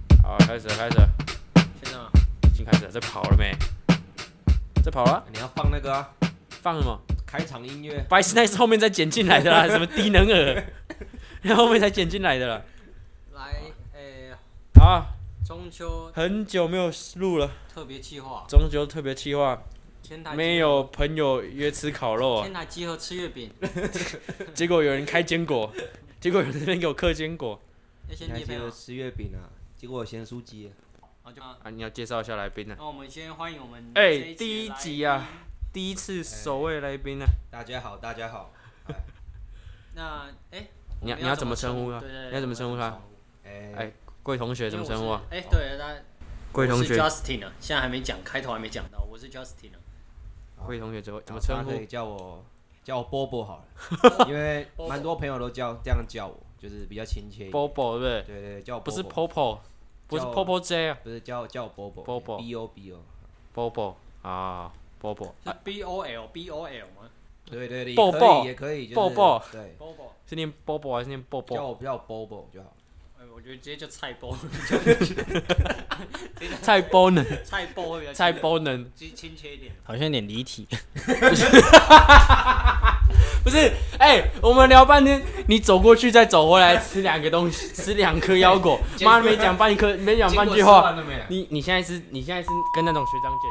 开始了，开始了，现在吗？已经开始了，这跑了没？这跑了？你要放那个啊，放什么？开场音乐，白痴，那是后面再剪进来 的啦，什么低能儿，然后后面才剪进来的啦。来，诶、好啊，中秋很久没有录了，特别计划，中秋特别企划，天台集合没，有朋友约吃烤肉啊，天台集合吃月饼，结果有人开坚果，结果有人在那边给我嗑坚果。要你先还夜记配得吗？吃月饼啊？结果我咸酥鸡，啊，就啊，啊，你要介绍一下来宾呢、那我们先欢迎我们哎这的第一来宾集啊，第一次首位来宾呢、啊大家好，大家好，那哎，我你要们你要怎么称呼他对对对你要怎么称呼他我们要哎、哎贵同学怎么怎么称呼称呼啊？因为我是哎，对，那贵同我是学， Justin 啊，现在还没讲，开头还没讲到，我是 Justin 啊，贵同学怎么怎么大家称呼可？以叫我叫我波波好 了，因为蛮多朋友都叫这样叫我，就是比较亲切一点。 Bobo 对不对？对对对，叫我不是 Bobo， Popo，不是叫 Popo J 啊不是叫叫我波波 Bobo B O B O， ，Bobo 啊，Bobo 是 B O L B O L 吗对对对，也波可波以也可以，就是 Bobo 对， ？Bobo，是念 Bobo 还是念叫 Bobo？我叫我 Bobo 就好。哎，我觉得直接叫菜 包，菜包能， 菜包会比较菜亲包能，亲亲切一点。好像有点离题。 不是？哎，我们聊半天，你走过去再走回来，吃两个东西， 吃两颗腰果，妈没讲半颗，没讲半句话。你你现在是，你现在是跟那种学长姐，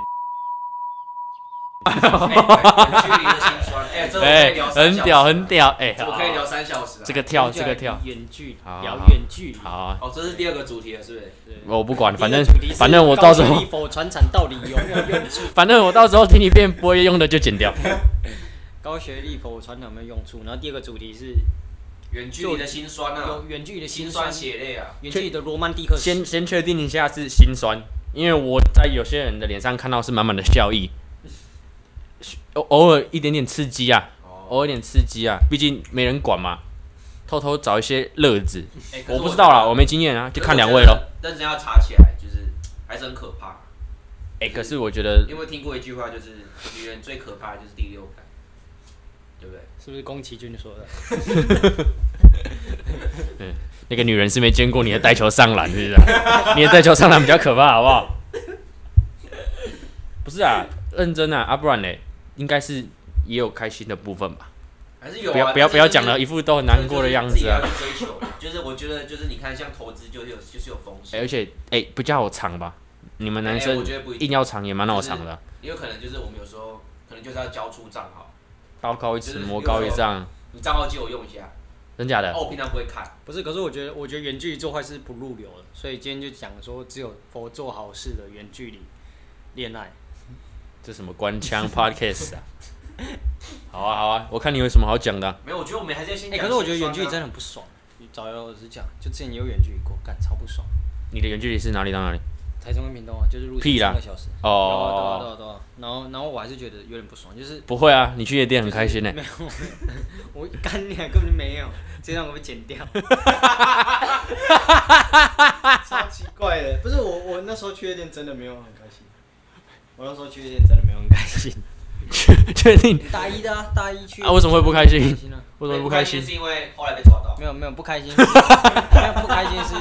距离的心酸，哎，这哎，很屌很屌，哎，好三小时啊这个跳这个跳，远距离好聊好远距离。好啊，哦，这是第二个主题了，是不是？我不管，反正第一个主题是反正我到时候高学历否传产到底有没有用处？反正我到时候听你变不会用的就剪掉。高学历否传产有没有用处？然后第二个主题是远距离的心酸啊有，远距离的辛酸，泪啊。远距离的罗曼蒂克史先先确定一下是心酸，因为我在有些人的脸上看到是满满的笑意，偶偶尔一点点刺激啊，哦，偶尔一点刺激啊，毕竟没人管嘛，偷偷找一些乐子。哎可是我不知道啦，我没经验啊，就看两位喽。。但是要查起来，就是还是很可怕，哎、可可是是我觉得因为听过一句话，就是女人最可怕的就是第六感，对不对？是不是宫崎骏说的？那个女人是没见过你的带球上篮，是不是啊、 你的带球上篮比较可怕，好不好？不是啊，认真啊，啊不然嘞，应该是也有开心的部分吧。还是有啊不要不要不要讲了，了一副都很难过的样子啊！就是自己要去追求，就是我觉得，就是你看，像投资就是有就是有风哎险，而且哎、不叫我长吧，你们男哎生我觉得不一定，硬要长也蛮让我长的啊，也有可能就是我们有时候可能就是要交出账号，道高一尺，就是魔高一丈，你账号借我用一下，真假的？哦，我平常不会看，不是，可是我觉得，我觉得远距离做坏事不入流了，所以今天就讲说，只有佛做好事的远距离恋爱。这什么官腔 podcast 啊？ 好啊好啊，我看你有什么好讲的啊、没有，我觉得我们还是要先哎、讲心酸啊。可是我觉得远距离真的很不爽。早有我是讲，就之前也有远距离过，干超不爽。你的远距离是哪里到哪里？台中跟屏东啊，就是路程屁啦三个小时。哦，对啊对啊对啊对啊。然后然后我还是觉得有点不爽，就是不会啊，你去夜店很开心呢、我干你啊根本就没有，这段我会剪 掉。超奇怪的，不是我，我那时候去夜店真的没有很开心。我那时候去夜店真的没有很开心。 确定？大一的啊，大一去啊为什么会不开心开心啊？为什么不开心？是因为后来被抓到。没有没有不 开心，没有不开心是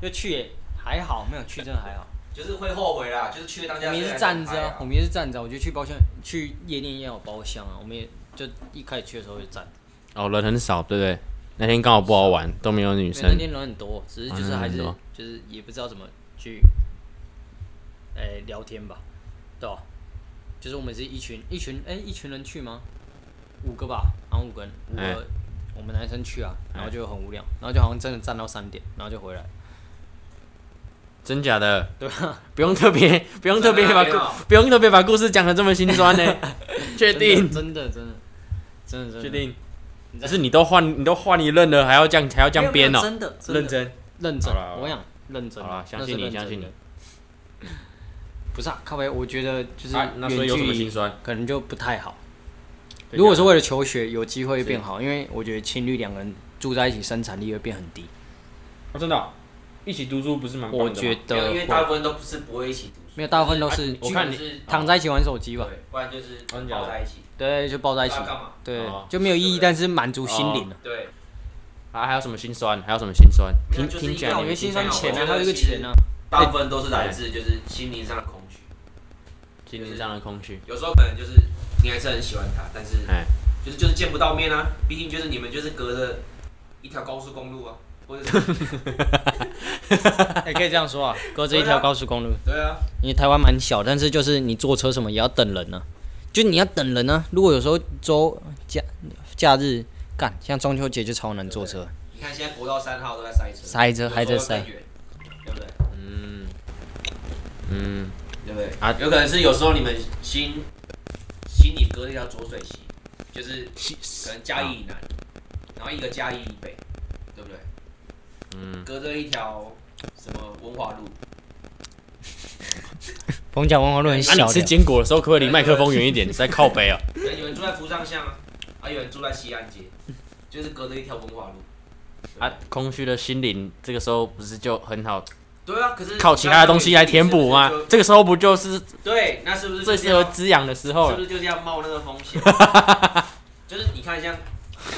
就去也还好，没有去真的还好。就是会后悔啦，就是去了当我家。们也是站着啊，我，们也是站着啊，我觉得去包厢去夜店也有包厢啊，我们也就一开始去的时候就站着。哦，人很少，对不对？那天刚好不好玩，啊都没有女因为那生。天人很多，只是就是啊还是、人很多就是也不知道怎么去，哎、聊天吧，对吧？就是我们是一群一群哎、一群人去吗？五个吧，好像五个人，五个、哎我们男生去啊，然后就很无聊，然后就好像真的站到三点，然后就回来。真假的？对啊，不用特别，不用特别把真故的啊，不用特别把故事讲的这么心酸呢、 确定？真的真的真的真的真的确定？可是你都换，你都换一任了，还要这样，还要这样编哦、没有没有真的真的认真。认真好啦好，啦我想认真好啦的，相信你那是认真相信你的。不是啊，靠北，我觉得就是啊那所以有什么远距离心酸啊可能就不太好。如果是为了求学，有机会变好，因为我觉得情侣两个人住在一起，生产力会变很低。哦真的哦、一起读书不是蛮棒的吗我觉没有得因为大部分都不是不会一起读书，没有，大部分都是我我看看你你是躺在一起玩手机吧，对，不然就是真假的抱在一起，对，就抱在一起不知，道干嘛？对哦，就没有意义，但是满足心灵了。对，啊，还有什么心酸？还有什么心酸？没有听就是听起来你一定那要我觉们得心酸钱钱啊 啊，还有一个钱啊，大部分都是来自就是心灵上的空虚。心灵上的空虚。有时候可能就是你还是很喜欢他，但是哎就是就是见不到面啊，毕竟就是你们就是隔着一条高速公路啊，或者是也、可以这样说 啊，隔着一条高速公路，对啊，因为台湾蛮小，但是就是你坐车什么也要等人呢、啊，就你要等人呢、啊。如果有时候周假假日干，像中秋节就超难坐车，你看现在国道三号都在塞车，塞车有时候还在塞更远，对不对？嗯嗯，对不对？啊有可能是有时候你们心心里隔了一条浊水溪，就是西可能嘉义以南，然后一个嘉义以北，对不对？嗯，隔着一条什么文化路，逢甲文化路很那、小啊你吃的，坚果的时候可不可以离麦克风远一点？你在靠北啊？可哎能有人住在福上巷啊，啊有人住在西安街，就是隔着一条文化路。对不 对啊，空虚的心灵，这个时候不是就很好对啊，可是靠其他的东西来填补吗是不是？就这个时候不就是对，那是不是最就是适合要滋养的时候是了不？是就是要冒那个风 险？就是你看像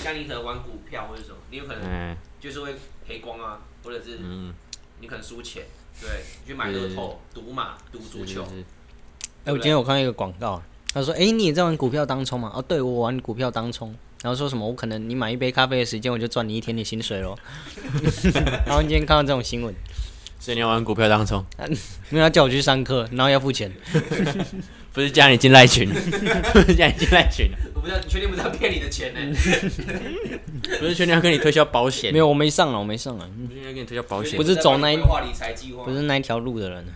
像你可能玩股票或者什么，你有可能嗯就是会赔光啊，或者是嗯，你可能输钱，对，你去买乐透、赌马、赌足球，是哎、我今天有看到一个广告，他说：“哎、你也在玩股票当冲吗？”哦，对，我玩股票当冲。然后说什么？我可能你买一杯咖啡的时间，我就赚你一天的薪水喽。 然后今天看到这种新闻，所以你要玩股票当中，因为他叫我去上课，然后要付钱。不是加你进赖群， 不是加你进赖群，我不知道你确定不是要骗你的钱呢、不是确定要跟你推销保险，没有，我没上了，我没上了，嗯不是确定要跟你推销保确定险不，是走那一在帮你规划理财计划，不是那一条路的人，啊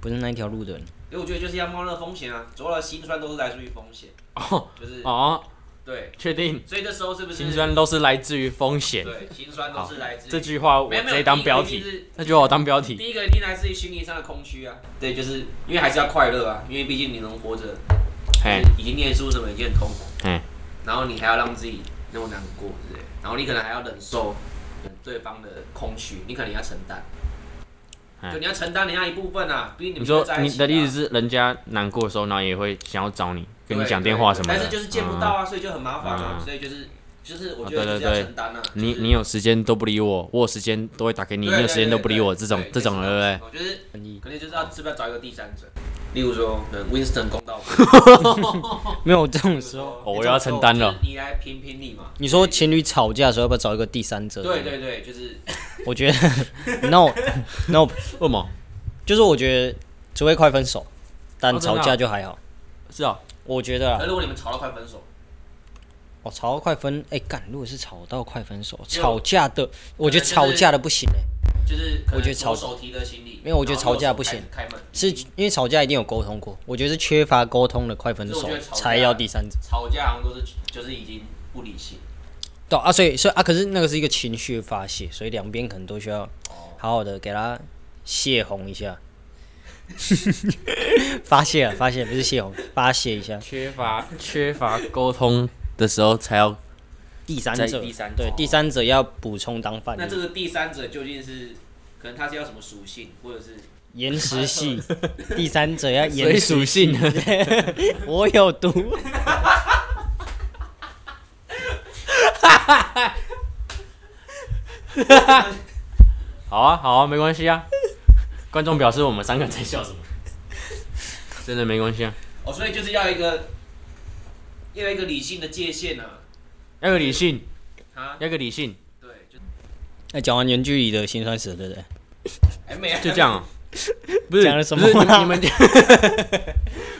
不是那一条路的人。所以我觉得就是要冒那个风险啊，所有的心酸都是来自于风险，哦就是哦，对，确定，所以那时候是不是心酸都是来自于风险。对，心酸都是来自于这句话我没有没直有接当标第一个一定题，是那就我当标题。第一个一定来自于心灵上的空虚啊，对，就是因为还是要快乐啊，因为毕竟你能活着，嘿，已经念书什么已经很痛苦，嗯然后你还要让自己那么难过，对不对？然后你可能还要忍受嗯对方的空虚，你可能要承担，嗯就你要承担人家一部分啊，毕竟你你们说在一你起啊的意思是，人家难过的时候，然后也会想要找你，跟你讲电话什么的。但是就是见不嗯。到啊，所以就很麻烦啊，嗯所以就是就是我啊觉得对就是要对承担啊，你就是你有时间都不理我，我有时间都会打给你，对你有时间都对不理我，对这种对这种的，我觉得本意肯定就是要是不是要找一个第三者，例如说可能 Winston 公道伯，没有这就种是时候。说对不对？哦，我又要承担就是了。你来评评理嘛，你说情侣吵架的时候，要不要找一个第三者？对对对，就是我觉得 ，no no，为什么？就是我觉得只会快分手，但哦真的啊吵架就还好。是啊，我觉得可啊，如果你们吵到快分手，哦，吵到快分，哎、干，如果是吵到快分手，就吵架的，我觉得就是吵架的不行哎、就是可能我觉得左吵手提的行李，没有我觉得然后右吵架手不开行开门是因为吵架一定有沟通过，我觉得是缺乏沟通的快分可是手我觉得吵架啊才要第三者。吵架好像都是就是已经不理性，对啊，所以所以啊，可是那个是一个情绪的发泄，所以两边可能都需哦要好好的给他泄洪一下， 发泄啊，发泄不是泄洪，发泄一下。缺乏缺乏沟通的时候才要第三在者，第三对第三者要补充当饭那这的个第三者究竟是可能他是要什么属性，或者是延时 系，第三者要水延时。属性。啊 我有毒。好啊，好啊，没关系啊。 观众表示我们三个在笑什么？真的没关系啊，哦，所以就是要一个要一个理性的界限啊要个理性，啊，要个理性，对，就那讲完远距离的辛酸史了，对不对？哎没啊就这样、哦。不是讲了什么不是啊你们你们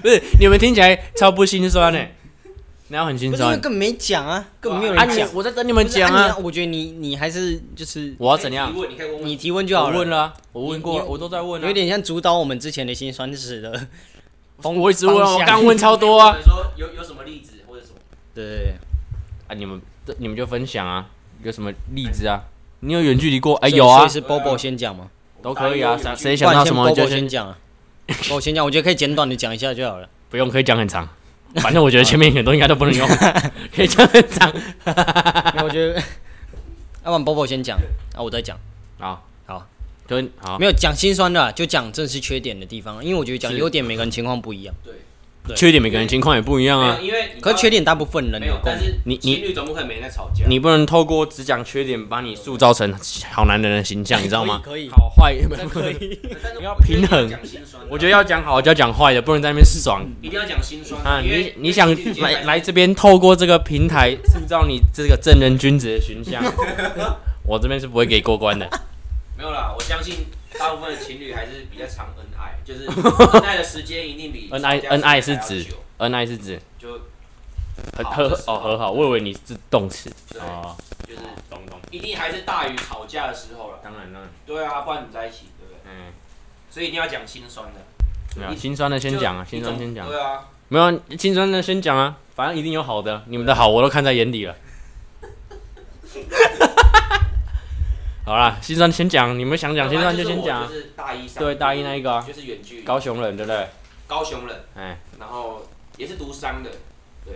不是你们听起来超不心酸呢、哪有很心不是因为酸？根本没讲啊，根本没有啊人你讲。我在等你们不是讲啊你啊啊！！我觉得你你还是就是我要怎样哎你？问你可以问问你提问就我好了。问了啊，我问你过，你我都在问啊。有点像主导我们之前的辛酸史 的方。我一直问啊，方我向刚问超多啊！或者说有有什么例子或者什么，对对对，啊，你们你们就分享啊，有什么例子啊？你有远距离过？哎，所以有啊，所以是 Bobo 先讲嘛，都可以啊。答谁应谁想有到什不么然先就 Bobo 先先讲啊。我先讲，我觉得可以简短的讲一下就好了。不用，可以讲很长。反正我觉得前面很多应该都不能 用，可以讲很长。那我觉得，要不然 Bobo 先讲，啊，我再讲。好，好，就好啊没有讲心酸的啊，就讲正是缺点的地方，因为我觉得讲是优点每个人情况不一样。对，对缺点每个人情况也不一样没啊有，，因为你可是缺点大部分人没有有，共但是你你情侣总不可能每天在吵架。你不能透过只讲缺点把你塑造成好男人的形象，你知道吗？可以， 好坏这可以。但是你要平衡我觉得一定要讲心酸的啊 我觉得要讲好就要讲坏的，不能在那边爽一定要讲心酸啊！因你为你想因为情侣来间来这边透过这个平台塑造你这个正人君子的形 象，我这边是不会给过关的。没有啦，我相信大部分的情侣还是比较常恩爱，就是 恩爱的时间一定比恩爱吵架恩爱时是间还要指久恩爱是指就和好和的时候哦和好，我以为你是动词对，哦，就是懂懂，一定还是大于吵架的时候了。当然当然，对啊，不然你在一起，对不对？嗯，所以一定要讲心酸的。没有你心酸的先就讲啊，你心酸总先讲，对啊，没有啊心酸的先讲啊，反正一定有好的，你们的好我都看在眼里了。 好啦，心酸先讲，你们想讲心酸就先讲要啊不然就。是嗯我就是大一上，对大一那一个啊就是远距离，高雄人对不嗯对？高雄人，哎，嗯然后也是读商的，对，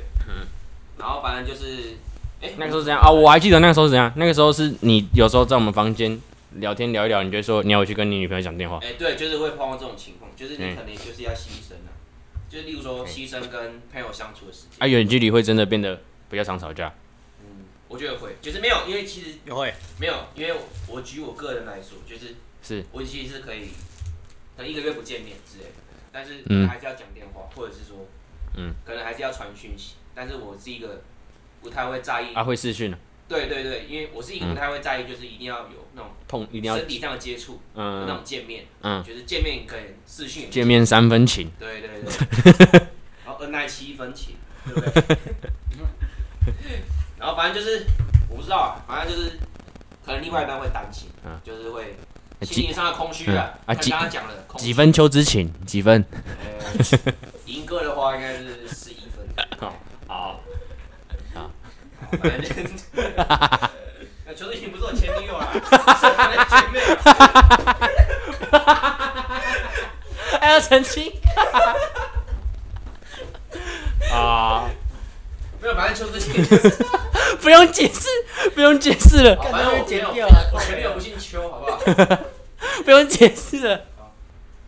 然后反正就是，哎，那个时候是怎样啊？我还记得那个时候是怎样，那个时候是你有时候在我们房间聊天聊一聊，你就说你要回去跟你女朋友讲电话。哎、对，就是会碰到这种情况，就是你嗯哎可能就是要牺牲啊，就例如说牺牲跟朋友相处的时间。啊，远距离会真的变得比较常吵架。嗯，我觉得会，就是没有，因为其实也会没有，因为我我举我个人来说，就是是我其实是可以，可能一个月不见面之类的，但是嗯还是要讲电话，或者是说，嗯，可能还是要传讯息，但是我是一个不太会在意，啊，会视讯啊对对对，因为我是一个嗯不太会在意，就是一定要有那种碰一定要身体上的接触，嗯那种见面，嗯，就是见面可以视讯也可以见面三分情。对对对， 然后恩爱七分情，对不对？然后反正就是我不知道啊，反正就是可能另外一半会担心，嗯就是会哎心几灵上的空虚啊。嗯啊像几刚刚讲了空几虚，分秋之情？几分？呃赢哥的话应该是十一 分。哎好好，好，反正。呃邱志勤不是我前女友啦，是我的姐妹啊。还要澄清啊！ 没有，反正邱志勤就是不用解释，不用解释了，好反正我剪没有掉啊啊了我前女友不姓邱，好 不好？不用解释了。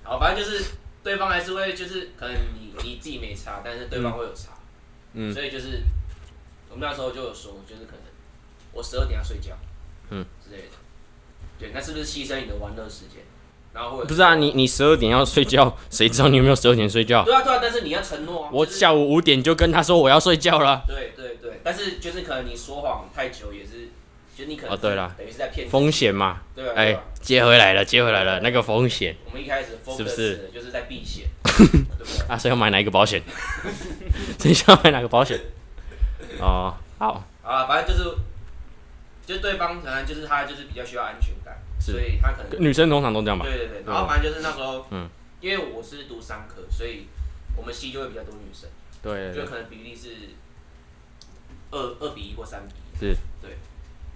好，反正就是对方还是会，就是可能你你自己没差，但是对方会有差，嗯所以就是我们那时候就有说，就是可能我十二点要睡觉，嗯之类的，对，那是不是牺牲你的玩乐时间？然后或者不是啊，你你十二点要睡觉， 谁知道你有没有十二点睡觉？对啊对啊，但是你要承诺啊，我就是下午五点就跟他说我要睡觉了，对对对，但是就是可能你说谎太久也是，就你可能哦对啦等于是在骗自己风险嘛，对吧？对啊哎吧，接回来了，接回来了，那个风险我们一开始 focus 是不是的就是在避 险，对不对？啊，谁要买哪一个保险？ 谁想要买哪个保险？哦，好，啊，反正就是，就对方可能就是他就是比较需要安全感，是所以他可能女生通常都这样吧？对对对，然后反正就是那时候，嗯因为我是读商科，所以我们系就会比较多女生，对对就可能比例是二二比一或三比一，是，对，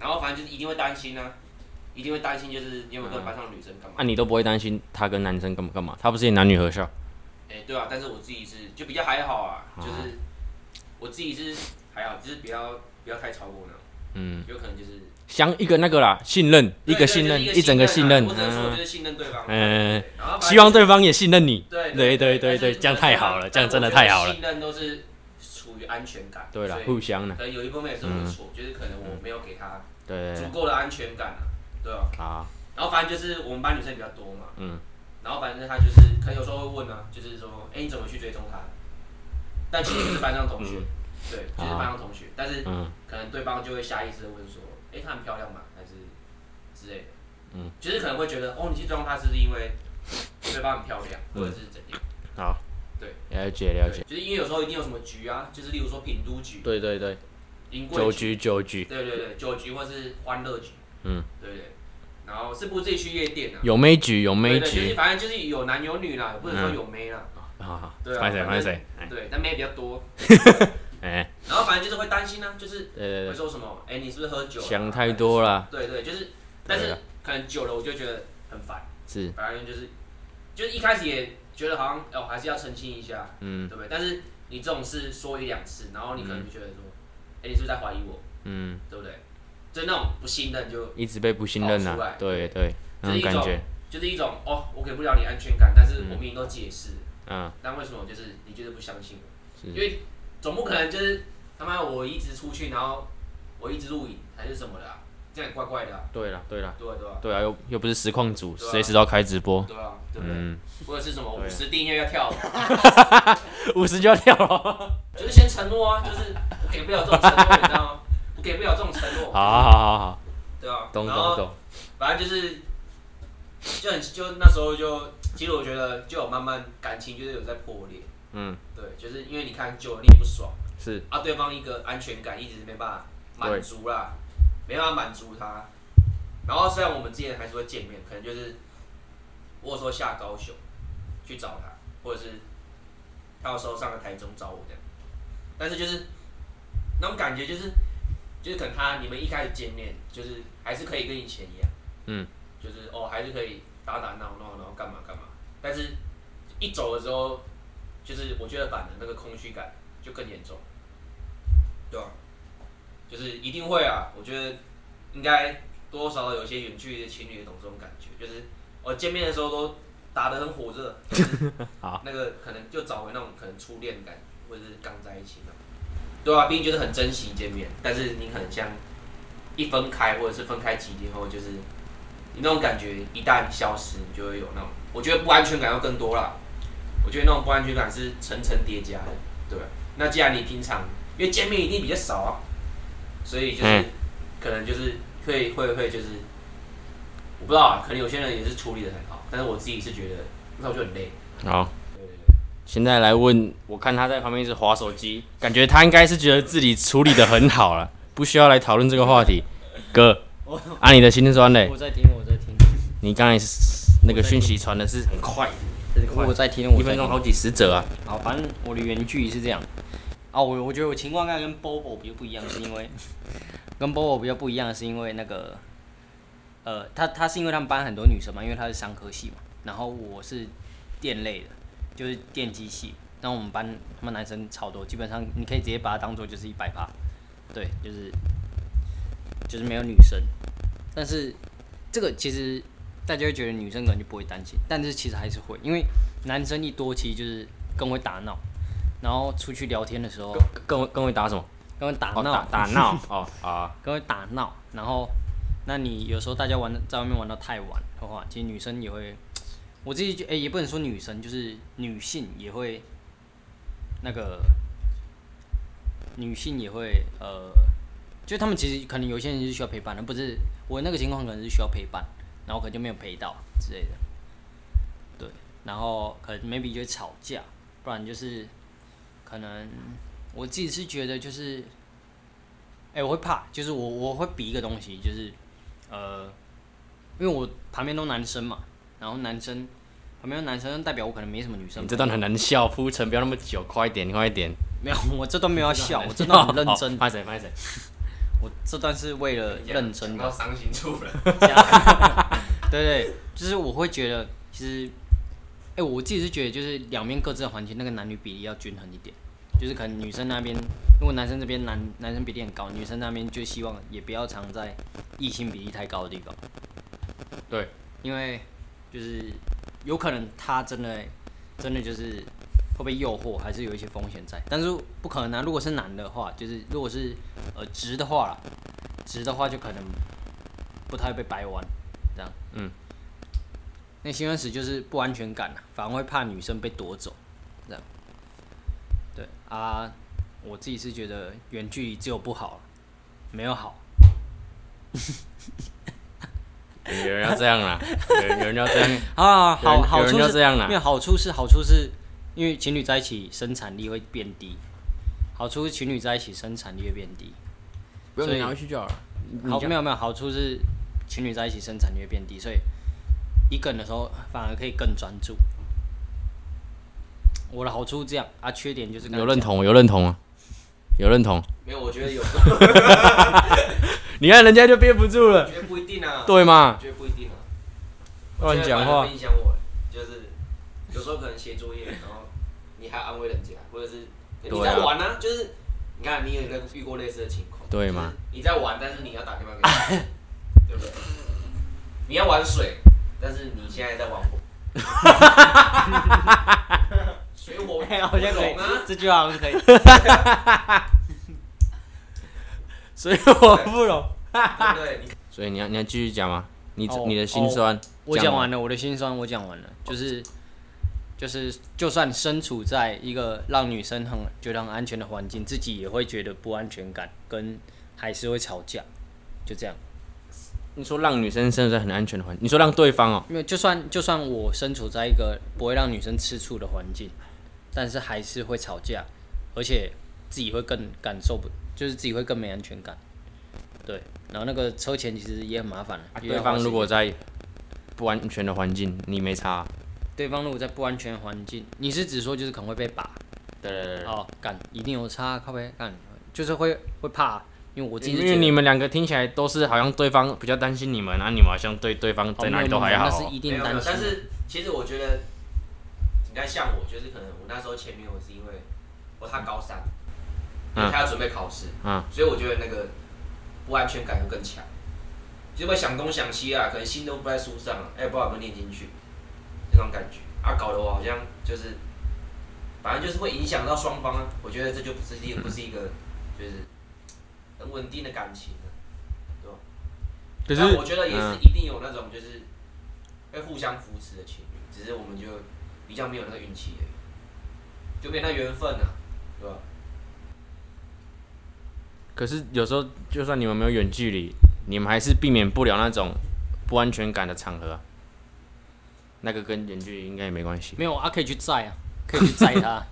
然后反正就是一定会担心啊，一定会担心就是你有没有跟班上的女生干嘛啊，？你都不会担心他跟男生干嘛干嘛？他不是也男女合校？哎、对啊，但是我自己是就比较还好啊，嗯就是我自己是还好，就是不要不要太超过那种，嗯，有可能就是。相一个那个啦，信任，一对个对信任，就是一整个信任，啊我只能说，我嗯就，是信任对方。嗯对，然后反正希望对方也信任你。对对对对对对但是这样太好了这样真的太好了信任都是属于安全感。对了所，以互相的，可能有一部分也是我的错，就是可能我没有给他嗯对足对够的安全感啊，对啊。对，啊，然后反正就是我们班女生比较多嘛，嗯，然后反正他就是可能有时候会问啊，就是说，哎，你怎么去追踪他？但其实就是班上同学，对，啊就是班上同学，但是嗯，可能对方就会下意识的问说，哎，她很漂亮吗？还是之类的，嗯，就是可能会觉得，哦，你去追踪她是不是因为对方很漂亮，嗯或者是怎样？好，对，了解了对解，就是因为有时候一定有什么局啊，就是例如说品都局、对对对，银酒贵局局，酒局，对对对，酒局或是欢乐局，嗯，对对。然后是不自己去夜店啊，有妹局有妹对对，就是局，反正就是有男有女啦，也不能说有妹啦，啊，对啊拍谁反拍正谁，哎对，但妹比较多。哎，然后反正就是会担心啊，就是对对会对，说什么，哎，你是不是喝酒？想太。多了，对对，就是，但对是啊可能久了我就觉得很烦，是，反正就是，就是一开始也觉得好像哦还是要澄清一下，嗯对不对？但是你这种事说一两次，然后你可能就觉得说，哎，你是不是在怀疑我？嗯，对不对？就那种不信任就，一直被不信任跑出呐来，对对，那就种是一感种觉，就是一种哦，我给不了你安全感，但是我明明都解释，嗯，但为什么就是你就是不相信我？是因为总不可能就是他妈我一直出去，然后我一直录影还是什么的、啊，这样也怪怪的、啊。对了对了，对啊对啊对啊，又又不是实况组，对啊随时都要开直播，对啊，对不对？嗯，或者是什么对五十订阅要跳，五十就要跳了，就是先承诺啊，就是我给不了这种承诺，你知道吗？我给不了这种承好诺，好好好好，对啊。懂然懂后懂，反正就是就很就那时候就，其实我觉得就有慢慢感情就是有在破裂，嗯，对，就是因为你看久了你也不爽是啊，对方一个安全感一直没办法满足啦，没办法满足他。然后虽然我们之前还是会见面，可能就是我说下高雄去找他，或者是他有时候上了台中找我这样，但是就是那种感觉就是就是可能他你们一开始见面就是还是可以跟以前一样，嗯，就是哦还是可以打打闹闹，然后干嘛干嘛，但是一走了之后，就是我觉得反而那个空虚感就更严重，对啊，就是一定会啊，我觉得应该多少有些远距离的情侣也懂这种感觉，就是我见面的时候都打得很火热，就是好那个可能就找回那种可能初恋的感觉，或者是刚在一起那种，对啊，毕竟就是很珍惜见面，但是你可能像一分开或者是分开几天后，就是你那种感觉一旦消失，你就会有那种，我觉得不安全感要更多啦。我觉得那种不安全感是层层叠加的，对吧。那既然你平常因为见面一定比较少啊，所以就是、嗯可能就是会会会就是，我不知道啊，可能有些人也是处理的很好，但是我自己是觉得那时候就很累。好。对对对，现在来问，我看他在旁边一直划手机，感觉他应该是觉得自己处理的很好了，不需要来讨论这个话题。哥，啊，你的心酸嘞？我在听，我在听，你刚才是那个讯息传的是很快，很快我，在听，我一在分钟听。好几十折啊。好，反正我的原句是这样。啊，我我觉得我情况应该跟 Bobo 比较不一样，是因为 跟 Bobo 比较不一样，是因为那个，呃，他他是因为他们班很多女生嘛，因为他是商科系嘛，然后我是电类的，就是电机系，然后我们班他们男生超多，基本上你可以直接把它当做就是一百趴，对，就是就是没有女生，但是这个其实大家会觉得女生可能就不会担心，但是其实还是会，因为男生一多，其实就是更会打闹，然后出去聊天的时候跟我跟我打什么？更会打哦，打闹，打闹哦啊，更会打闹，然后那你有时候大家玩在外面玩到太晚的话，其实女生也会，我自己觉哎、也不能说女生，就是女性也会那个，女性也会呃，就他们其实可能有些人是需要陪伴的，不是我那个情况可能是需要陪伴，然后可能就没有陪到之类的，对，然后可能 maybe 就会吵架，不然就是可能我自己是觉得就是。哎、我会怕，就是我我会比一个东西，就是呃，因为我旁边都男生嘛，然后男生旁边都男生代表我可能没什么女生你朋友。这段很难笑，铺陈不要那么久，快一点，快一点。哦没有，我这段没有 要笑，我这段很认真，拍谁拍谁？我这段是为了认真讲的到。伤心处了。对对，就是我会觉得，其实，哎、我自己是觉得，就是两边各自的环境，那个男女比例要均衡一点。就是可能女生那边，如果男生这边男男生比例很高，女生那边就希望也不要藏在异性比例太高的地方。对，因为就是有可能他真的真的就是会被诱惑，还是有一些风险在。但是不可能啊，如果是男的话，就是如果是呃直的话啦，直的话就可能不太会被掰弯，这样。嗯。那性暗示就是不安全感啊，反而会怕女生被夺走，这样。对啊，我自己是觉得远距离只有不好，没有好。有人要这样啦，有人有人要这样，啊， 好有人好有人处要是这样啦啊没有好处是好处是因为情侣在一起生产力会变低，好处是情侣在一起生产力会变低。不用你拿回去就好了。好，没有没有，好处是情侣在一起生产力会变低，所以一个人的时候反而可以更专注。我的好处是这样啊，缺点就是刚才有认同，有认同吗？有认同。没有，我觉得有，你看人家就憋不住 我了，觉得不一定啊。 对我嘛？觉得不一定啊。乱讲我觉得反而话会影响我，就是有时候可能写作业，然后你还要安慰人家，或者是你对啊在玩啊，就是你看你也在遇过类似的情况，对嘛？你在玩，但是你要打电话给 他，对不对？ 你要玩水，但是你现在在玩火，哎好像可以不懂啊，这句话好像可以。 所以我不懂。对不对？你所以你要你要继续讲吗？你哦你的心酸，我讲完了，我的心酸我讲完了，就是就是，就算身处在一个让女生很觉得很安全的环境，自己也会觉得不安全感，跟还是会吵架，就这样。你说让女生生活在很安全的环境，你说让对方哦，因为就算就算我身处在一个不会让女生吃醋的环境，但是还是会吵架，而且自己会更感受不，就是自己会更没安全感。对，然后那个车钱其实也很麻烦了、啊因为对要花方时如果间在不安全的环境，你没差啊。对方如果在不安全的环境，你是指说就是可能会被拔？对对对哦，干一定有差，靠背干，就是会会怕，因为我自对，己是因觉为得你们两个听起来都是好像对方比较担心你们，啊然后你们好像对对方在哪里都还好那是哦。一没定有没担有，心但。是其实我觉得，你看像我，就是可能我那时候前女友是因为我她高三，嗯因为她要准备考试，嗯所以我觉得那个不安全感就更强，就会想东想西啊，可能心都不在书上啊，哎、不知道有没有念进去，那种感觉啊，搞得我好像就是，反正就是会影响到双方啊，我觉得这就不是一个不是一个就是很稳定的感情了、对吧？可但是我觉得也是嗯一定有那种就是会互相扶持的情侣，只是我们就比较没有那个运气而已，就没有那缘分啊，对吧？可是有时候就算你们没有远距离，你们还是避免不了那种不安全感的场合啊、那个跟远距离应该也没关系。没有啊，可以去载啊， 可以去载他。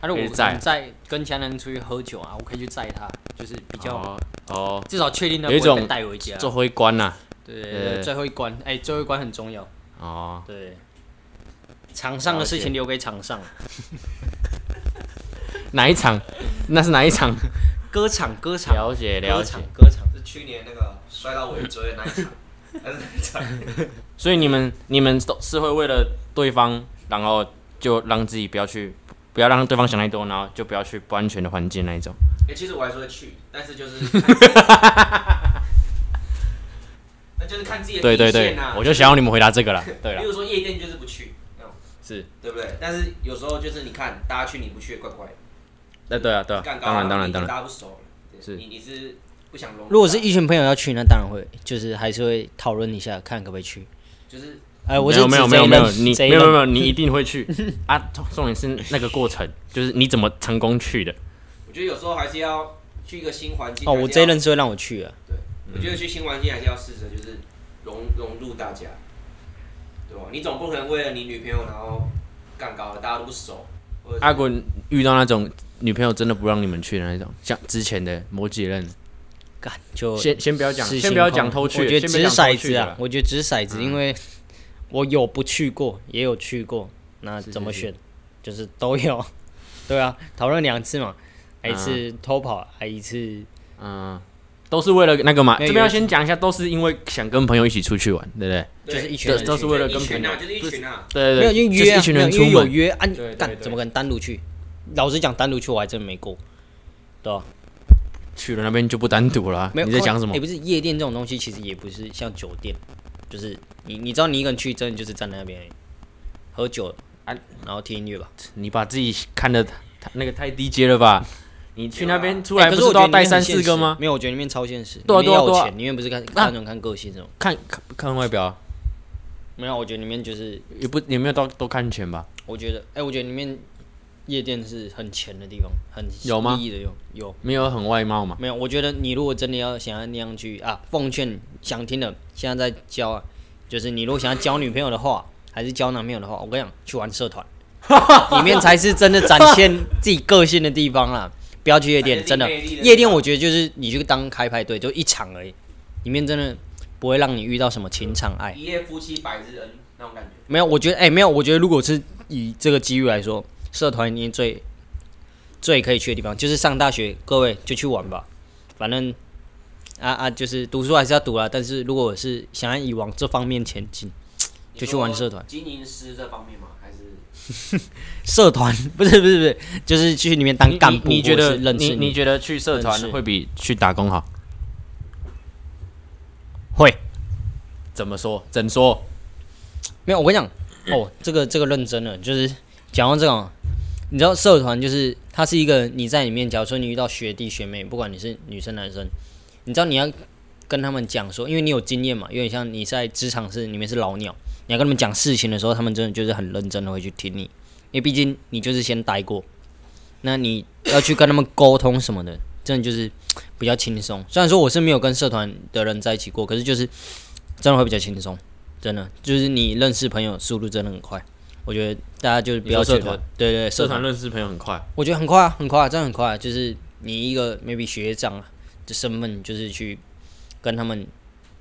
啊，可如果以我载们在跟其他人出去喝酒啊，我可以去载他，就是比较、哦哦，至少确定他有一不会被种带回家。做灰官呐、对对对对，最后一关，哎、最后一关很重要。哦，对，场上的事了解情留给场上，哪一场？那是哪一场？歌场歌场了解了歌解场。歌场，是去年那个摔到尾椎的那一场， 但是那一场所以你们你们都是会为了对方，然后就让自己不要去，不要让对方想太多，然后就不要去不安全的环境那一种。哎、其实我还说会去，但是就是， 那就是看自己的对底对对线啊。，我就想要你们回答这个 了。对比了，如说夜店就是不去，那种是，对不对？但是有时候就是你看大家去你不去也怪怪的，那对啊对啊干，当然当然当然。大家不熟了，对是你你是不想融入，啊如果是一群朋友要去，那当然会，就是还是会讨论一下，看可不可以去。就是哎、我没是有没有指没这有一没有，任你这没一有没有任没 有，你一定会去啊！重重点是那个过程，就是你怎么成功去的。我觉得有时候还是要去一个新环境。哦，还是我要这一任是会让我去啊。我觉得去新环境还是要试着就是融融入大家，对吧？你总不可能为了你女朋友然后干搞得大家都不熟，或者是啊阿滚遇到那种女朋友真的不让你们去的那种，像之前的某几任，干就先先不要讲，是先不要心痛讲偷去，我觉得先不掷要讲偷骰去子的啊啦，，嗯我觉得掷骰子，因为我有不去过，也有去过，那是怎么是选，就是都有， 对啊，讨论两次嘛，啊还一次偷跑，还一次嗯，都是为了那个嘛。没有这边要先讲一下，都是因为想跟朋友一起出去玩，对不对？对就是一群都人都是为了跟一朋群友啊，，就是一群啊，对没有对对，因为就是约一啊，群没有人因出为有门，约啊，你对对干对怎么可能单独去？老实讲，单独去我还真没过，对吧？去了那边就不单独了啊。没有你在讲什么也？不是夜店这种东西，其实也不是像酒店，就是你你知道你一个人去，真的就是站在那边而已喝酒啊，然后听音乐吧。你把自己看的那个太低阶了吧？你去那边出来欸不可是我都觉要得带里面很三现四个实吗？没有，我觉得里面超现实。对啊里对面啊对啊要钱，里面不是看看那种看个性这种。看看看外表啊，没有，我觉得里面就是，也不也没有到都看钱吧？我觉得，哎、我觉得里面夜店是很钱的地方，很有吗利益的用有。没有很外貌嘛？没有，我觉得你如果真的要想要那样去啊，奉劝想听的现在在交啊，就是你如果想要交女朋友的话，还是交男朋友的话，我跟你讲，去玩社 团，里面才是真的展现自己个性的地方啦。不要去夜店，真的，展现自己魅力的地方夜店我觉得就是你去当开派对，就一场而已，里面真的不会让你遇到什么情场爱。一夜夫妻百日恩那种感觉。没有，我觉得哎、没有，我觉得如果是以这个机遇来说，社团里面最最可以去的地方就是上大学，各位就去玩吧，反正啊啊，就是读书还是要读啦，但是如果是想要以往这方面前进，你就去说玩社团经营师这方面吗？还是社团 不是不是不是，就是去里面当你干部，你你觉或得是认你识你觉得去社团认识会比去打工好？会怎么说？怎说？没有？我跟你讲，哦，这个这个认真了，就是讲到这种，你知道社团就是它是一个你在里面，假如说你遇到学弟学妹，不管你是女生男生，你知道你要跟他们讲说，因为你有经验嘛，有点像你在职场是里面是老鸟，你要跟他们讲事情的时候，他们真的就是很认真的会去听你，因为毕竟你就是先待过，那你要去跟他们沟通什么的，真的就是比较轻松。虽然说我是没有跟社团的人在一起过，可是就是真的会比较轻松，真的就是你认识朋友速度真的很快。我觉得大家就是不要你说社觉团得，对对对，社社团团认识朋友很快，我觉得很快啊，很快、啊，真的很快、啊。就是你一个 maybe 学长啊的身份，就是去跟他们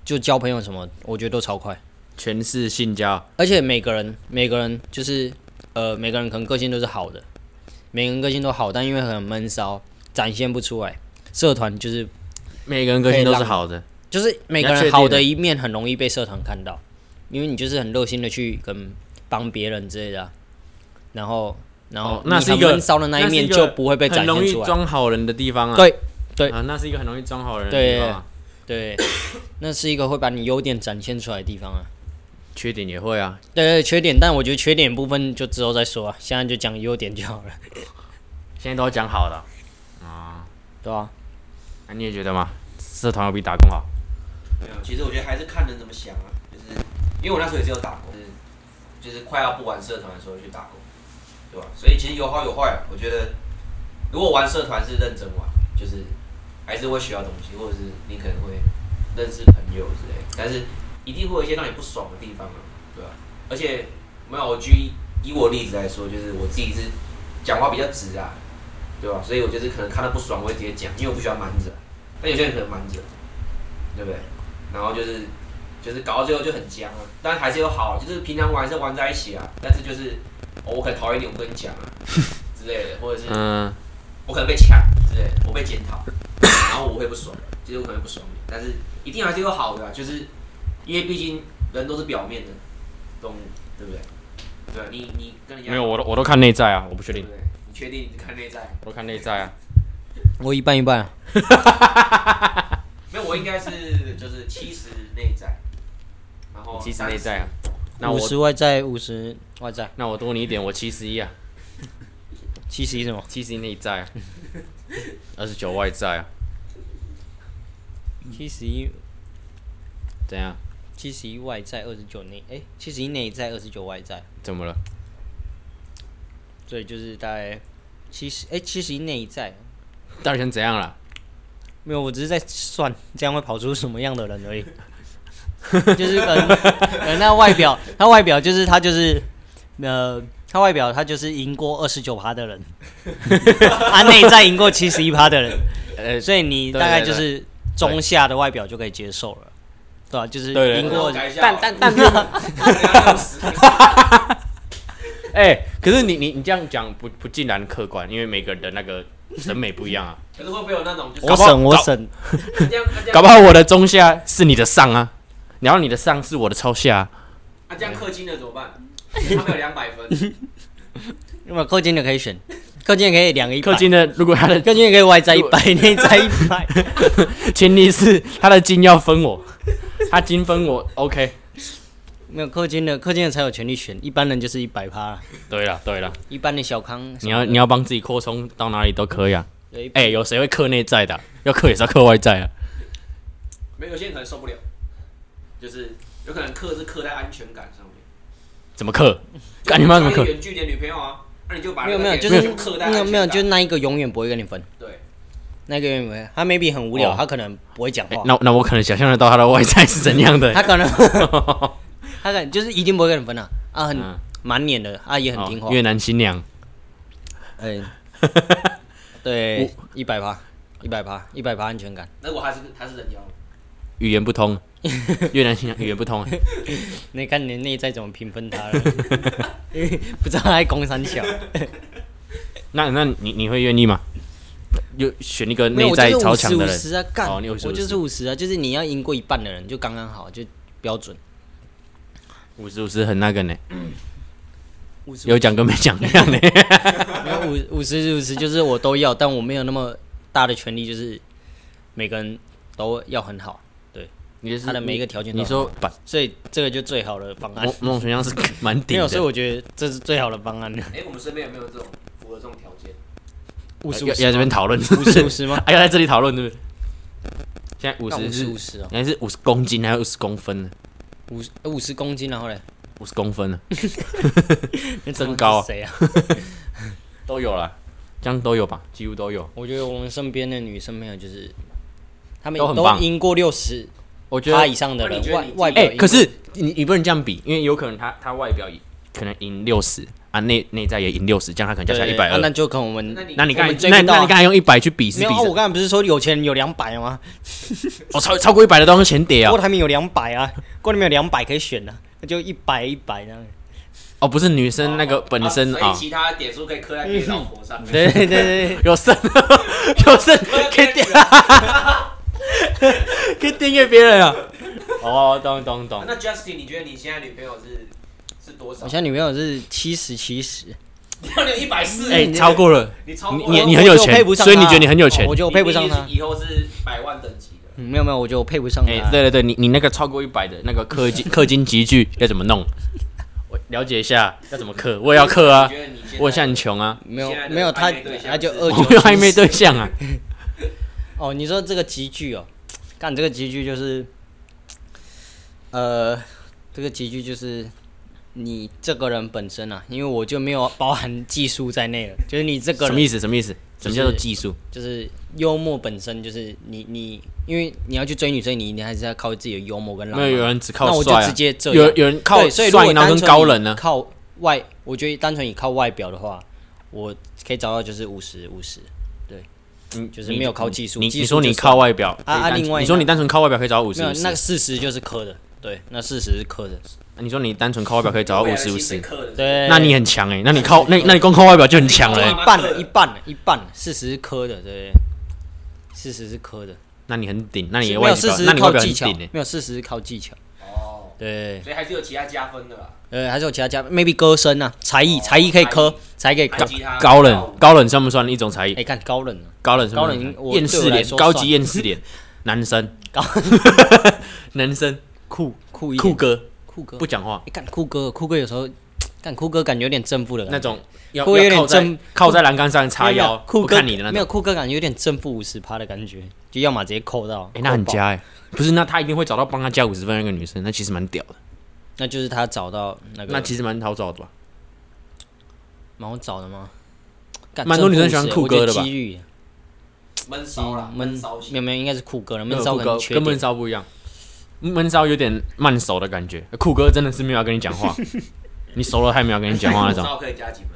就交朋友什么，我觉得都超快。全是性交，而且每个人每个人就是呃，每个人可能个性都是好的，每个人个性都好，但因为很闷骚，展现不出来。社团就是每个人个性都是好的，就是每个你要确人定好的一面很容易被社团看到，因为你就是很热心的去跟帮别人之类的啊、然后然后哦那你是一很个闷骚的那一面那是一个就不会被展很现出来，容易装好人的地方啊。对对啊，那是一个很容易装好人的对地方啊，对，那是一个会把你优点展现出来的地方啊。缺点也会啊。对对，缺点，但我觉得缺点部分就之后再说啊，现在就讲优点就好了，现在都讲好了，对啊？那你也觉得吗？社团有比打工好？没有，其实我觉得还是看人怎么想啊，就是因为我那时候也只有打工，就是就是快要不玩社团的时候去打工，对吧？所以其实有好有坏啊。我觉得如果玩社团是认真玩，就是还是会学到东西，或者是你可能会认识朋友之类的，但是一定会有一些让你不爽的地方啊，对吧？而且没有，我举以我例子来说，就是我自己是讲话比较直啊，对吧？所以我就是可能看到不爽我会直接讲，因为我不喜欢瞒着，但有些人可能瞒着，对不对？然后就是就是搞到最后就很僵啊，但还是有好，就是平常玩是玩在一起啊，但是就是、哦我很讨厌你，我跟你讲啊之类的，或者是嗯，我可能被抢之类的，我被检讨，然后我会不爽，其实我可能不爽你，但是一定还是有好的、啊，就是因为毕竟人都是表面的动物，对不对？对啊，你你跟人家没有，我都我都看内在啊，我不确对定不，对？你确定你看内在？我都看内在啊。我一半一半啊，没有，我应该是就是七十内在，然后七十内在啊，哦那五我十外在，五十外在，那我多你一点，我七十一啊，七十一什么？七十一内 在啊，二十九外在啊，七十一，怎样？七十一外在，二十九内，哎，七十一内在，二十九外在，怎么了？所以就是大概七十，哎，七十一内在，到底想怎样了？没有，我只是在算这样会跑出什么样的人而已。 就是可能，可能他外表，他外表就是他就是，呃，他外表他就是赢过二十九趴的人， 他内在赢过七十一趴的人，呃， 所以你对大概对就对是中下的外表就可以接受了，对吧、就是对对赢对过我改一下好但了但但是，哎、可是你你你这样讲不不尽然客观，因为每个人的那个审美不一样啊。可是会不会有那种就是啊我搞不省好我省，这样这 样搞不好我的中下是你的上啊，然后你的上是我的超下、啊。啊，这样氪金了怎么办？他们有两百分，那么氪金的可以选，氪金的可以两个一百氪，金的，如果他的氪金的可以外在一百， 内在一百，前提是他的金要分我， 他金分我，OK。没有氪金的氪金的才有权利选，一般人就是一百趴啦，对了对了，一般的小康你要你要帮自己扩充到哪里都可以啊。对哎、有谁会克内在的啊、要克也是要克外在啊。没有有些人可能受不了，就是有可能氪是氪在安全感上面。怎么克？干你妈怎么就克是？哎远距离的女朋友啊，那你就把没有没有，就那是个氪在安没有全没有，感就是那一个永远不会跟你分，对，那个永远不会。他 maybe 很无聊，哦他可能不会讲哎话，那那我可能想象得到他的外在是怎样 的、啊他可能他可能就是一定不会跟你分啊，啊很嗯满脸的，啊也很听话哦，越南新娘，哎，对，一百趴，一百趴，一百趴安全感，那我还是还是人妖，语言不 通，越南新娘语言不通。你看你内在怎么评分他了，因为不知道他在攻三小，那那你你会愿意吗？有选一个没有内我在就是超五十强的五人，十啊，干，哦我你50就是五十啊，就是你要赢过一半的人就刚刚好，就标准。五十五十很那个呢，五十有讲跟没讲一 样呢。然后五五十五十就是我都要，但我没有那么大的权利，就是每个人都要很好，你就是他的每一个条件都你很好说把所以这个就最好的方案梦。梦想像是蛮啊没顶啊有，所以的，我觉得这是最好的方案了。哎，我们身边有没有这种？符合这种条件。五要十五要在这边讨论，啊五 十五十吗？还要在这里讨论，对不对？现在五五十十是五十哦，原来是五十公斤，还有五十公分呢，五十五十公斤，啊然后嘞，五十公分呢，增高啊是谁啊？都有啦，这样都有吧，几乎都有。我觉得我们身边的女生朋友就是，她们都很都棒赢过六十我觉得趴以上的那你人，觉得外你自己外表哎、赢可是你你不能这样比，因为有可能他他外表可能赢六十啊，内内在也赢六十，这样他可能加对起来一百啊那二。就跟我们那你那你刚才我们追不那到啊那你刚才用一百去比是没比有啊，我什刚才不是说有钱人有两百吗？哦，超超过一百的都是前碟啊郭！台铭有两百啊， 郭台铭有两百可以选啊，那就一百一 百这样。哦，不是女生那个本身所啊嗯以，其他点数可以刻在你的老婆 上面。对对对对，哦有剩 有剩可以点可以订阅别人啊。哦，懂懂懂。那 Justin，你觉得你现在女朋友是是多少我现？在女朋友是七十七十，你要有一百四，哎、超过了，你超你过你了你很有哦我就钱配不，上所以你她觉得你很有钱哦我？觉得我配不上她你一定。是以后是百万等级的。嗯没有没有，我觉得我配不上哎、她。对对对，你你那个超过一百的那个氪金 氪金集聚要怎么弄？我了解一下要怎么氪，我也要氪啊 你，觉得你现在我也像你穷啊，没有现在的没有，她暧昧对象 她就是二我九没有暧昧对象啊，哦，你说这个集聚哦，干这个集聚就是，呃，这个集聚就是你这个人本身啊，因为我就没有包含技术在内了，就是你 这个什么人意思？什么意思？什么叫做技术？就是幽默本身，就是你你，因为你要去追女生，你你还是要靠自己的幽默跟浪没有有漫。人只那靠我帅、就啊直，接这有样，有人靠对所以如果帅，然后单跟纯高以冷呢、靠外，我觉得单纯以靠外表的话，我可以找到就是五十五十你就是没有靠技术你技你术说就你算靠外表啊啊可以单纯另外你说你单纯靠外表可以找到五十没有五十那个，四十就是磕的，对，那四十是磕的，你说你单纯靠外表可以找到 五十五十，对，那你很强哎、那你 靠那那你光靠外表就很强了、对一欸， 半了，一半了，一半了，四十是磕的，对，四十是磕的，那你很顶，那你是的没外有表四十那是你外靠表很技巧顶哎、，没有四十是靠技巧，哦，对，所以还是有其他加分的啦，呃，还是有其他加，maybe 歌声啊，才艺，才艺可以磕，才艺哎可以弹磕，吉他高跳冷舞高冷算不算一种才艺？哎，看高冷啊，高冷算不高冷算我厌对我世来脸，说高级算厌世脸， 男生高 男生酷酷一酷点，哥酷哥不，讲话哎，干酷哥，酷哥有时候，干酷哥感觉有点正负的感觉那种，要酷哥有要点靠在正靠在栏杆上叉没有没有腰，酷不哥看你的那没种，有酷哥感觉有点正负五十趴的感觉，就要么直接扣到，哎，那很扣爆加哎，不是，那他一定会找到帮他加五十分的那个女生，那其实蛮屌的，那就是他找到那个，那其实蛮好找的吧？蛮好找的吗？干蛮多女生喜欢正酷负五哥十的吧我觉得几率闷骚啦，嗯闷闷骚没型。有没有，应该是酷哥了，没闷有骚呃酷可哥能缺跟闷点。 骚不一样，闷骚有点慢熟的感觉，呃酷哥真的是没有要跟你讲 话，你熟了还没有跟你讲话那闷 种，骚可以加几分？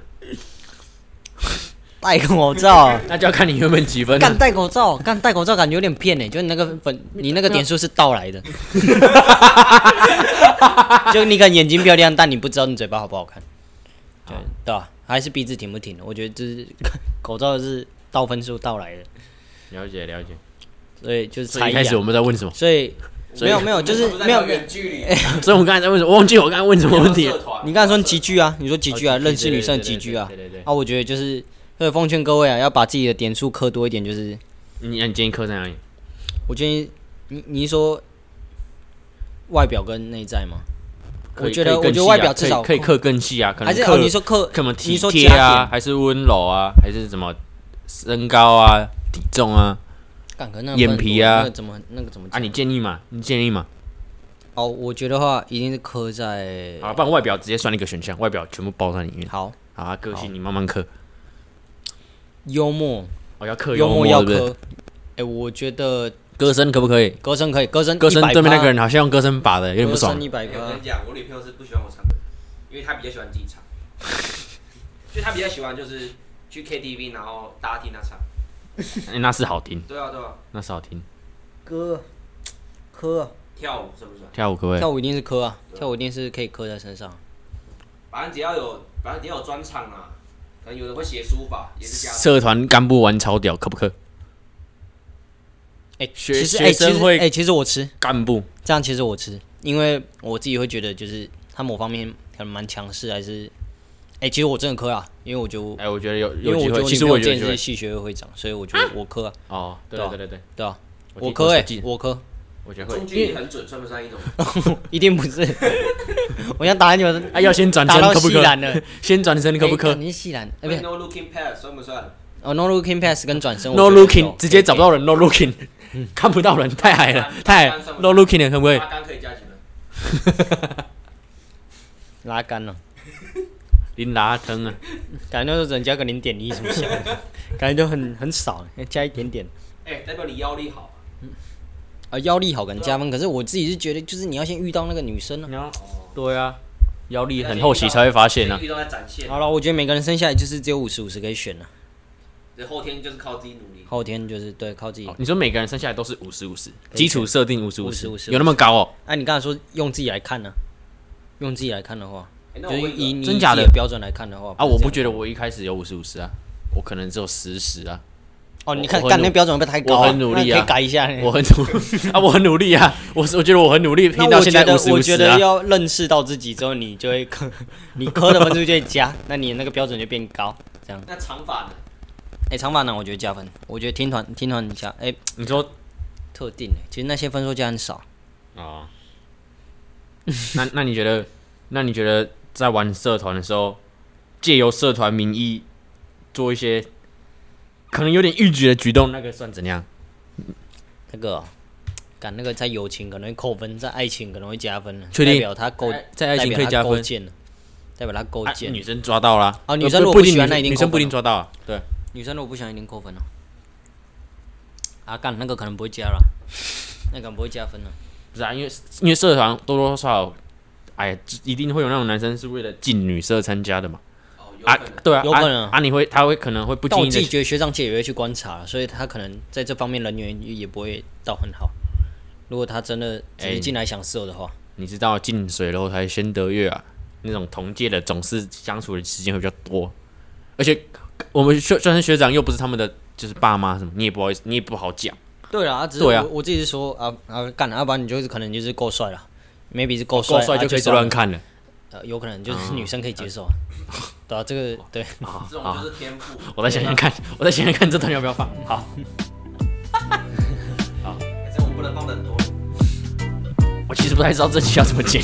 戴口罩，呃那就要看你原本几分了干。戴口罩，干戴口罩，感觉有点骗欸呢。就你那个本，你那个点数是盗来的， 就你可能眼睛漂亮，但你不知道你嘴巴好不好看，对对吧？还是鼻子挺不挺的？我觉得这是口罩是盗分数盗来的，了解了解。所以就是所才以一艺开始我啊。们在问什么？ 所以所以没有没有，就是没有没哎有远距离。所以我们刚才在问什么？我忘记我刚才问什么问 题了。啊你刚才说集聚啊，你说集聚啊，哦集聚认识女生的对对集对聚啊对对对对，啊，我觉得就是，所以奉劝各位啊，要把自己的点数磕多一点。就是你你建议课在哪里？我建议你，你是说外表跟内在吗？可以我觉得，可以我更觉细得啊外表至少可以可以刻更细啊，可能还是刻哦，你说刻什么你体说贴加啊，点还是温柔啊，还是什么身高啊、体重啊？干可能那个眼皮啊那个怎么那个怎么啊，讲你建议嘛？你建议嘛？哦，我觉得话一定是磕在好，不然外表直接算一个选项，外表全部包在里面。好好啊，个好性你慢慢刻。幽默，哦，要刻幽默要对不对磕。哎，我觉得歌声可不可以？歌声可以，歌声歌声100%对面那个人好像用歌声把的，有点不啊歌爽声。一百啊哎我个跟你讲，我女朋友是不喜欢我唱歌，因为她比较喜欢自己唱，就她比较喜欢就是去 KTV 然后大家听她唱。哎那是好听，对啊对啊，那是好听。歌磕啊跳舞算不算？跳舞可不可以？跳舞一定是磕啊，对啊跳舞一定是可以磕在身上。反正只要有，反正只要有专场啊，可能有人会写书法，也是加分。社团干部玩超屌，可不可以？哎、学其实学哎，其生实会哎、其实我吃干部这样，其实我吃，因为我自己会觉得就是他某方面可能蛮强势，还是哎、其实我真的磕啊，因为我就哎、我觉得有因为有我机会，其实觉得我女朋友我之觉得有机前是会系学会会长，所以我觉得我磕啊，哦，对对对啊对对对，对啊，记我磕哎、记我磕，我觉得会中，距离很准，算不算一种？ 一定不是。 我想打篮球，哎，要先转打身到可不西可？兰了，先转身可不哎可干你是西兰，哎，不是 No looking pass 算不算？哦，no looking pass 跟转身？No 我觉得有 looking，直接找不到人。No looking，看不到人，太矮了，太矮。No looking 了，可不可以？阿甘可以加几分？哎拉杆了，林达腾啊，感觉那时候只能加个零点一什么 小的，感觉就很很少，欸加一点点。哎，代表你腰力好。啊，腰力好感加分，可是我自己是觉得，就是你要先遇到那个女生啊。哦，对啊，腰力很后期才会发现啊。遇到在展现，好了，我觉得每个人生下来就是只有五十五十可以选了、这后天就是靠自己努力。后天就是对靠自己。你说每个人生下来都是五十五十，基础设定五十五十50，有那么高哦？哎、你刚才说用自己来看呢、用自己来看的话，哎就那我是问以你，你真假的自己标准来看的话啊，我不是这样觉得我一开始有五十五十啊，我可能只有十十啊，哦，你看我很干努那标准会不会太高、我很努力啊那可以改一下呢。 我很努啊，我很努力啊，我是我觉得我很努力，哎那拼到我现觉在得五十我五觉十得啊。要认识到自己之后，你就会科， 你科的分数就会加，那你那个标准就变高。那长发呢？ 哎、长发男我觉得加分，我觉得听团听团加，哎、你说特定、欸其实那些分数加很少。啊，那那你觉得，那你觉得在玩社团的时候，借由社团名义做一些可能有点逾矩的举动，那个算怎样？那个、哦，干那个在友情可能会扣分，在爱情可能会加分了，确定代表他够在在爱情可以加分代表他勾践了，代表他勾啊践。女生抓到啦，哦女呃生如果不不一定喜欢女那一定女扣生不分一定哦抓到啊，对，女生如果不想一定扣分了。哦啊，干那个可能不会加了，那个可能不会加分哦了。不是啊，因为因为社团多多少少，哎，一定会有那种男生是为了进女社参加的嘛。哦，有啊可能，。对啊，有啊可能啊，你会，他会可能会不但经我意自己的，觉得学长姐也会去观察了，所以他可能在这方面人缘也不会到很好。如果他真的只哎是进来享受的话，你知道近水楼台先得月啊，那种同届的总是相处的时间会比较多，而且我们学虽然学长又不是他们的就是爸妈什么，你也不好意思，你也不好讲，对啦，啊只是我对啊我自己是说啊啊干，要、不然你就是可能就是够帅了，maybe 是够帅，够帅啊就可以是乱看了。呃，有可能就是女生可以接 受啊，对啊，这个对。好这种好就是天赋。啊我再想想 看，我再想想看这段要不要放。好，哎，这样我们不能放很多。我其实不太知道这期要怎么 剪，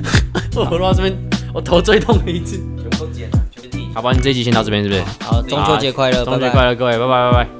我录到这边，我头最痛的一次。全部都剪了，全部剃。好吧，你这一集先到这边是不是？好，中秋节快乐，中秋节拜拜快乐，各位，拜拜拜拜。